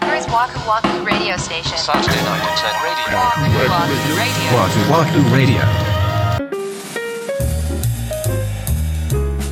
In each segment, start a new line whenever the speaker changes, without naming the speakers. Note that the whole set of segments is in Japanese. Waku Waku Radio Station.
Saturday night at 10 radio.
Waku Waku Radio.
Wahoo Wahoo Radio.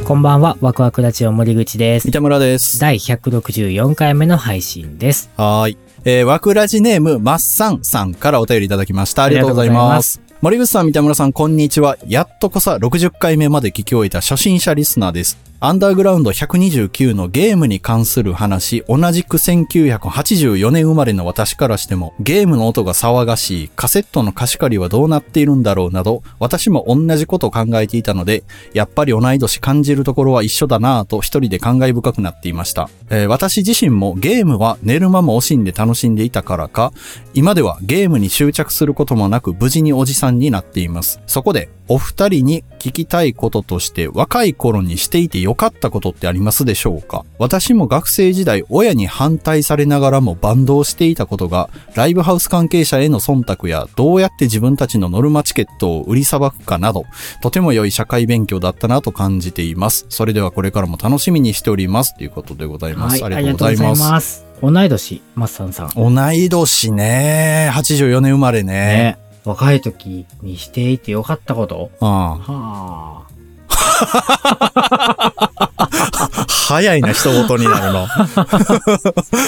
こんばんは、ワクワクラジオ森口です
三。田村です。
第164回目の配信です。
はーい。えー、わくラジネーム、まっさんさんからお便りいただきました。ありがとうございます。森口さん、三田村さん、こんにちは。やっとこさ、60回目まで聞き終えた初心者リスナーです。アンダーグラウンド129のゲームに関する話、同じく1984年生まれの私からしても、ゲームの音が騒がしい、カセットの貸し借りはどうなっているんだろうなど、私も同じことを考えていたので、やっぱり同い年感じるところは一緒だなぁと一人で感慨深くなっていました、えー私自身もゲームは寝る間も惜しんで楽しんでいたからか、今ではゲームに執着することもなく無事におじさんになっています。そこで、お二人に聞きたいこととして若い頃にしていて良かったことってありますでしょうか私も学生時代親に反対されながらもバンドをしていたことがライブハウス関係者への忖度やどうやって自分たちのノルマチケットを売りさばくかなどとても良い社会勉強だったなと感じています。それではこれからも楽しみにしておりますということでございます。ありがとうございます。
す。同い年、マッサンさん。
同い年ね。84年生まれね。
ね。若い時にしていてよかったこと
うん。
はあ。
早いな、一言になるの。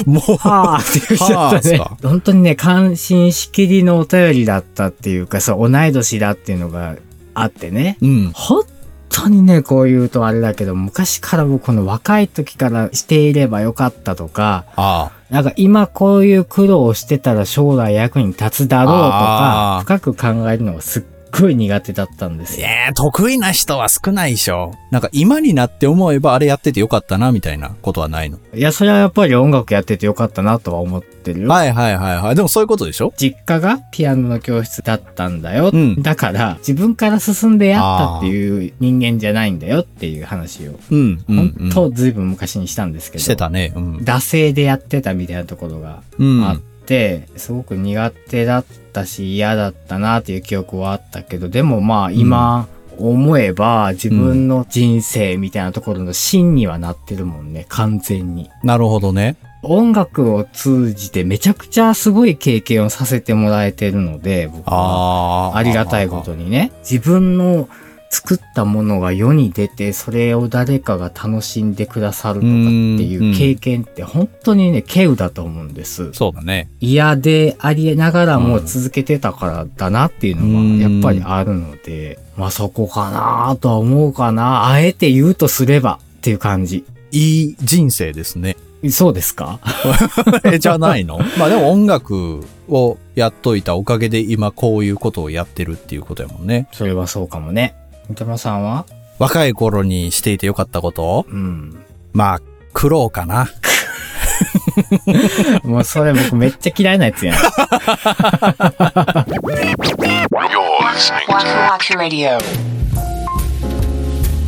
もう、
はあって言っちゃったね
はあっすか。
本当にね、感心しきりのお便りだったっていうか、そう、同い年だっていうのがあってね。
うん。
本当にね、こう言うとあれだけど、昔から僕この若い時からしていればよかったとか、
あ
なんか今こういう苦労をしてたら将来役に立つだろうとか
あ、
深く考えるのがすっごい苦手だったんで
あ。
す
い
よ。
やー得意な人は少ないでしょ。なんか今になって思えばあれやっててよかったな、みたいなことはないの。
いや、それはやっぱり音楽やっててよかったなとは思ってるよ。
はいはいはいはい。でもそういうことでしょ
実家がピアノの教室だったんだよ。
うん
だから、自分から進んでやったっていう人間じゃないんだよっていう話を、
うん。う
本
ん、うん。
当ずいぶん昔にしたんですけど。
してたね。うん。
惰性でやってたみたいなところが
うん。
あって、すごく苦手だったし嫌だったなっていう記憶はあったけどでもまあ今思えば自分の人生みたいなところの芯にはなってるもんね完全に。
なるほどね。
音楽を通じてめちゃくちゃすごい経験をさせてもらえてるので僕は
ああ。
ありがたいことにね自分の作ったものが世に出てそれを誰かが楽しんでくださるとかっていう経験って本当にね稀有だと思うんです。
そうだね。
嫌でありながらも続けてたからだなっていうのはやっぱりあるので、まあそこかなとは思うかな。あえて言うとすればっていう感じ。
いい人生ですね。
そうですか
え、じゃないのまあでも音楽をやっといたおかげで今こういうことをやってるっていうことやもんね。
それはそうかもね。三田村さんは
若い頃にしていてよかったこと
うん。
まあ、苦労かな。
もうそれ僕めっちゃ嫌いなやつやん。
Waku
You're listening to
Waku Radio.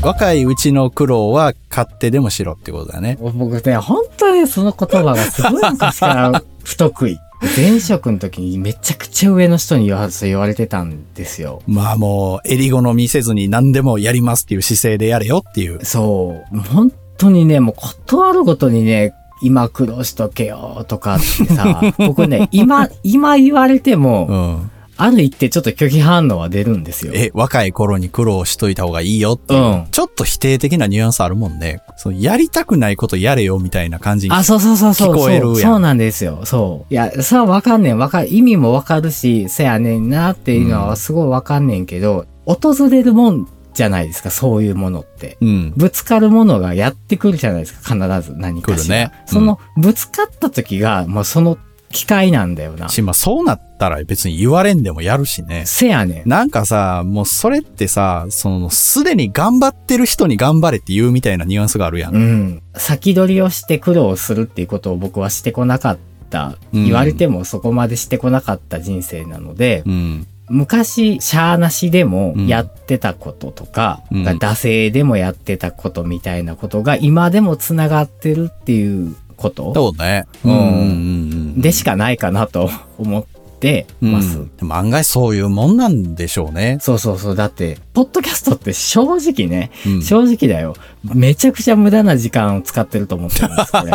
若いうちの苦労は買ってでもしろってことだね。
僕ね、本当にその言葉がすごい昔から 不得意。前職の時にめちゃくちゃ上の人に言わそれ言われてたんですよ。
まあもう、襟好みせずに何でもやりますっていう姿勢でやれよっていう。
そう。本当にね、もう断るごとにね、今苦労しとけよとかって さ、僕ね、今、今言われても、
うん。
ある一定ちょっと拒否反応は出るんですよ。
え、若い頃に苦労しといた方がいいよっていう。
うん
ちょっと否定的なニュアンスあるもんね。そう、やりたくないことやれよみたいな感じに。
あ、そうそうそうそう。
聞こえるやん
そうそうなんですよ。そう。いや、それはわかんねん。わか意味もわかるし、せやねんなっていうのはすごいわかんねんけど、訪れるもんじゃないですか、そういうものって。
うん。
ぶつかるものがやってくるじゃないですか、必ず何かしら。
来るねうん
その、ぶつかった時が、もうその機会なんだよな。
し、まあそうなったら別に言われんでもやるしね。
せやねん。
なんかさ、もうそれってさ、その、すでに頑張ってる人に頑張れって言うみたいなニュアンスがあるやん。
うん。先取りをして苦労するっていうことを僕はしてこなかった。
うん
言われてもそこまでしてこなかった人生なので、
うん。
昔、シャーなしでも
うん
やってたこととか、
うん
惰性でもやってたことみたいなことが今でも繋がってるっていうこと
そうね。
うん
うんうんうん。
でしかないかなと思ってます。
うんでも案外そういうもんなんでしょうね。
そうそうそう。だって、ポッドキャストって正直ね、
うん
正直だよ。めちゃくちゃ無駄な時間を使ってると思ってるんです、 これ。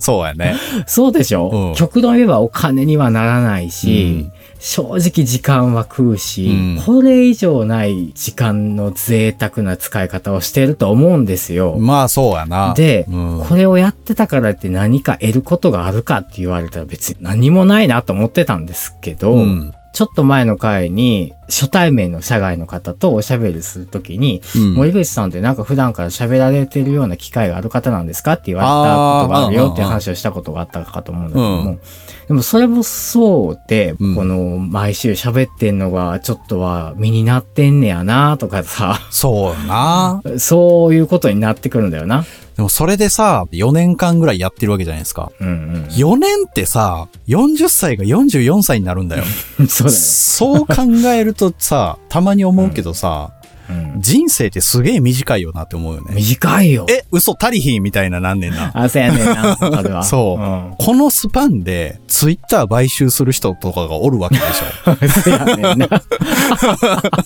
そうやね。
そうでしょ、
うん
極論言えばお金にはならないし、
うん
正直時間は食うし、
うん
これ以上ない時間の贅沢な使い方をしてると思うんですよ。
まあそうやな。
で、
うん
これをやってたからって何か得ることがあるかって言われたら別に何もないなと思ってたんですけど、
うん
ちょっと前の回に初対面の社外の方とおしゃべりするときに、
うん
森口さんってなんか普段から喋られてるような機会がある方なんですかって言われたことがある
あ
よ
ー
っていう話をしたことがあったかと思うんだけども、
うん
でもそれもそうで、
うん
この毎週喋ってんのがちょっとは身になってんねやなとかさ、
そうやな。
そういうことになってくるんだよな。
でもそれでさ、4年間ぐらいやってるわけじゃないですか。
うん
4年ってさ、40歳が44歳になるんだよ。
うん。 そうだよ。
そう考えるとさ、たまに思うけどさ、
うん
人生ってすげえ短いよなって思うよね。
短いよ。
え、嘘足りひんみたいななんねんな。
あ、そうやねんな、それは。
そう
うん。
このスパンで、ツイッター買収する人とかがおるわけでし ょ。
そうやねんな。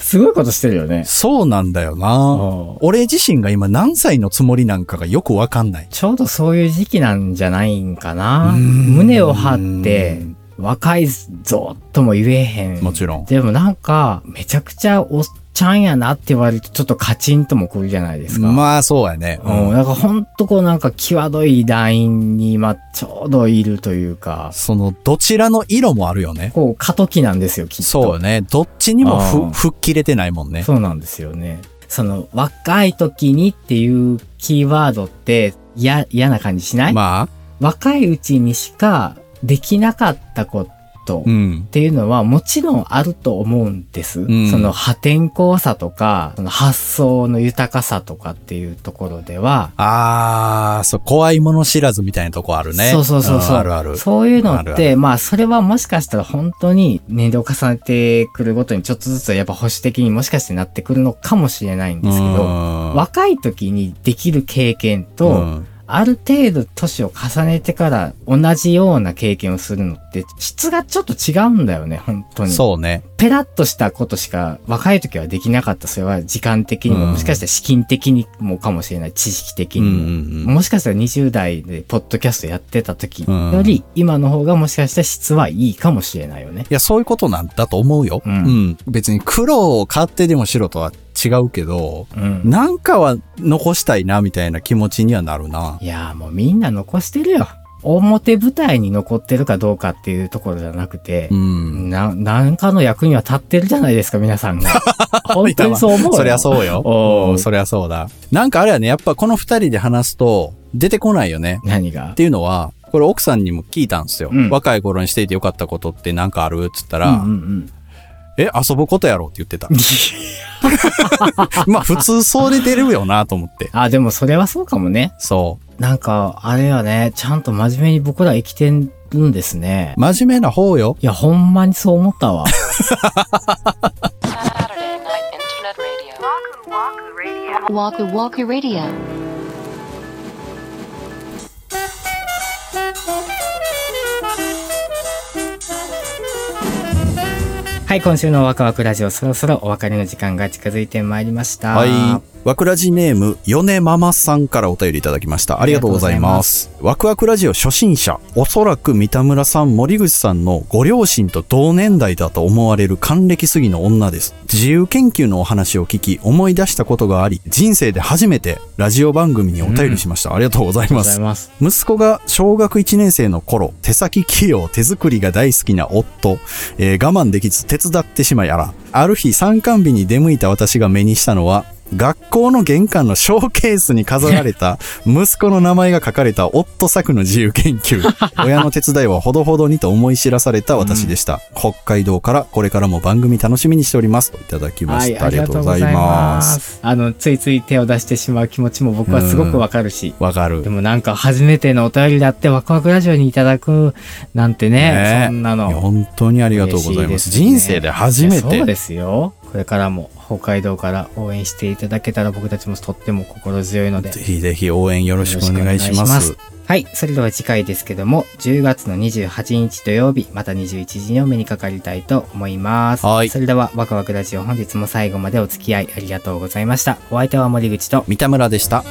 すごいことしてるよね。
そうなんだよ
うん
な。俺自身が今何歳のつもりなんかがよくわかんない。
ちょうどそういう時期なんじゃないんかな。
うん
胸を張って、若いぞとも言えへん。
もちろん。
でもなんか、めちゃくちゃおっちゃんやなって言われると、ちょっとカチンともくるじゃないですか。
まあそうやね。
うん、なんかほんとこうなんか際どいラインに今ちょうどいるというか、
その、どちらの色もあるよね。
こう過渡期なんですよ、きっと。
そうよね。どっちにも
うん
ふ、吹っ切れてないもんね。
そうなんですよね。その、若い時にっていうキーワードって、や、嫌な感じしない、
まあ、
若いうちにしかできなかったこと
う
っ
ん。
ていうのはもちろんあると思うんです。
ん
その破天荒さとか、その発想の豊かさとかっていうところでは、
あー、そう、怖いもの知らずみたいなとこあるね。
そうそうそうそう。
んあるある。
そういうのって、
あるある
まあそれはもしかしたら本当に年齢を重ねてくるごとにちょっとずつやっぱ保守的にもしかしてなってくるのかもしれないんですけど、
うん
若い時にできる経験と、
うん
ある程度年を重ねてから同じような経験をするのって質がちょっと違うんだよね、本当に。
そうね。
ペラッとしたことしか若い時はできなかった。それは時間的にも、
うん
もしかしたら資金的にもかもしれない、知識的
うん
に
う
も。
んうん。
もしかしたら20代でポッドキャストやってた時
うん
より、今の方がもしかしたら質はいいかもしれないよね。
いや、そういうことなんだと思うよ。
う
うんん。別に苦労を買ってでもしろとは違うけど、
うん。
なんかは残したいなみたいな気持ちにはなるな。
いやーもうみんな残してるよ。表舞台に残ってるかどうかっていうところじゃなくて
う、ん。
な、なんかの役には立ってるじゃないですか、皆さん が。本当にそう思うよ。
そりゃそうよ。
おー
うんそりゃそうだ。なんかあれはね、やっぱこの二人で話すと出てこないよね。
何が
っていうのは、これ奥さんにも聞いたんですよ。
うん
若い頃にしていてよかったことってなんかあるっつったら、
うんうん
え、遊ぶことやろうって言ってた。まあ普通そうで出るよなと思って。
あ、でもそれはそうかもね。
そ
なんか、あれはね、ちゃんと真面目に僕ら生きてるんですね
う。。真面目な方よ。
いや、ほんまにそう思った わ。
Saturday night internet radio. Waku Waku Radio. Waku Waku Radio.
はい、今週のワクワクラジオ、そろそろお別れの時間が近づいてまいりました。
はい。わくらじネーム、ヨネママさんからお便りいただきました。ありがとうございます。わくわくラジオ初心者。おそらく三田村さん、森口さんのご両親と同年代だと思われる還暦すぎの女です。自由研究のお話を聞き、思い出したことがあり、人生で初めてラジオ番組にお便りしました。ありがとうござい
ありがとうござ
ま
い
す。
ます。
息子が小学1年生の頃、手先器用、手作りが大好きな夫、えー我慢できず手伝ってしまいやら、ある日参観日に出向いた私が目にしたのは、学校の玄関のショーケースに飾ら れた息子の名前が書かれた夫作の自由研 究。親の手伝いはほどほどにと思い知らされた私でした。北海道からこれからも番組楽しみにしております。といただきま
は
し
い、
た。
あ
あ
り
り
が
が
と
と
う
う
ご
ご
ざ
ざ
い
い
ま
ます。
す。あの、ついつい手を出してしまう気持ちも僕はすごくわかるし、
わかる
で。もなんか初めてのお便りだってワクワクラジオにいただくなんてね、
ねえ
そんない
や
の。
本当にありがとうございま
嬉しい
す。人
ですね
生で初め
いやそう
て。
ですよ。これからも北海道から応援していただけたら僕たちもとっても心強いので。
ぜひぜひ応援よろしくお願いし
よろしくお
ま
願い
す。
しはい。それでは次回ですけども、10月の28日土曜日、また21時にお目にかかりたいと思います。
はい
それでは、ワクワクラジオ本日も最後までお付き合いありがとうございました。お相手は森口と、
三田村でした。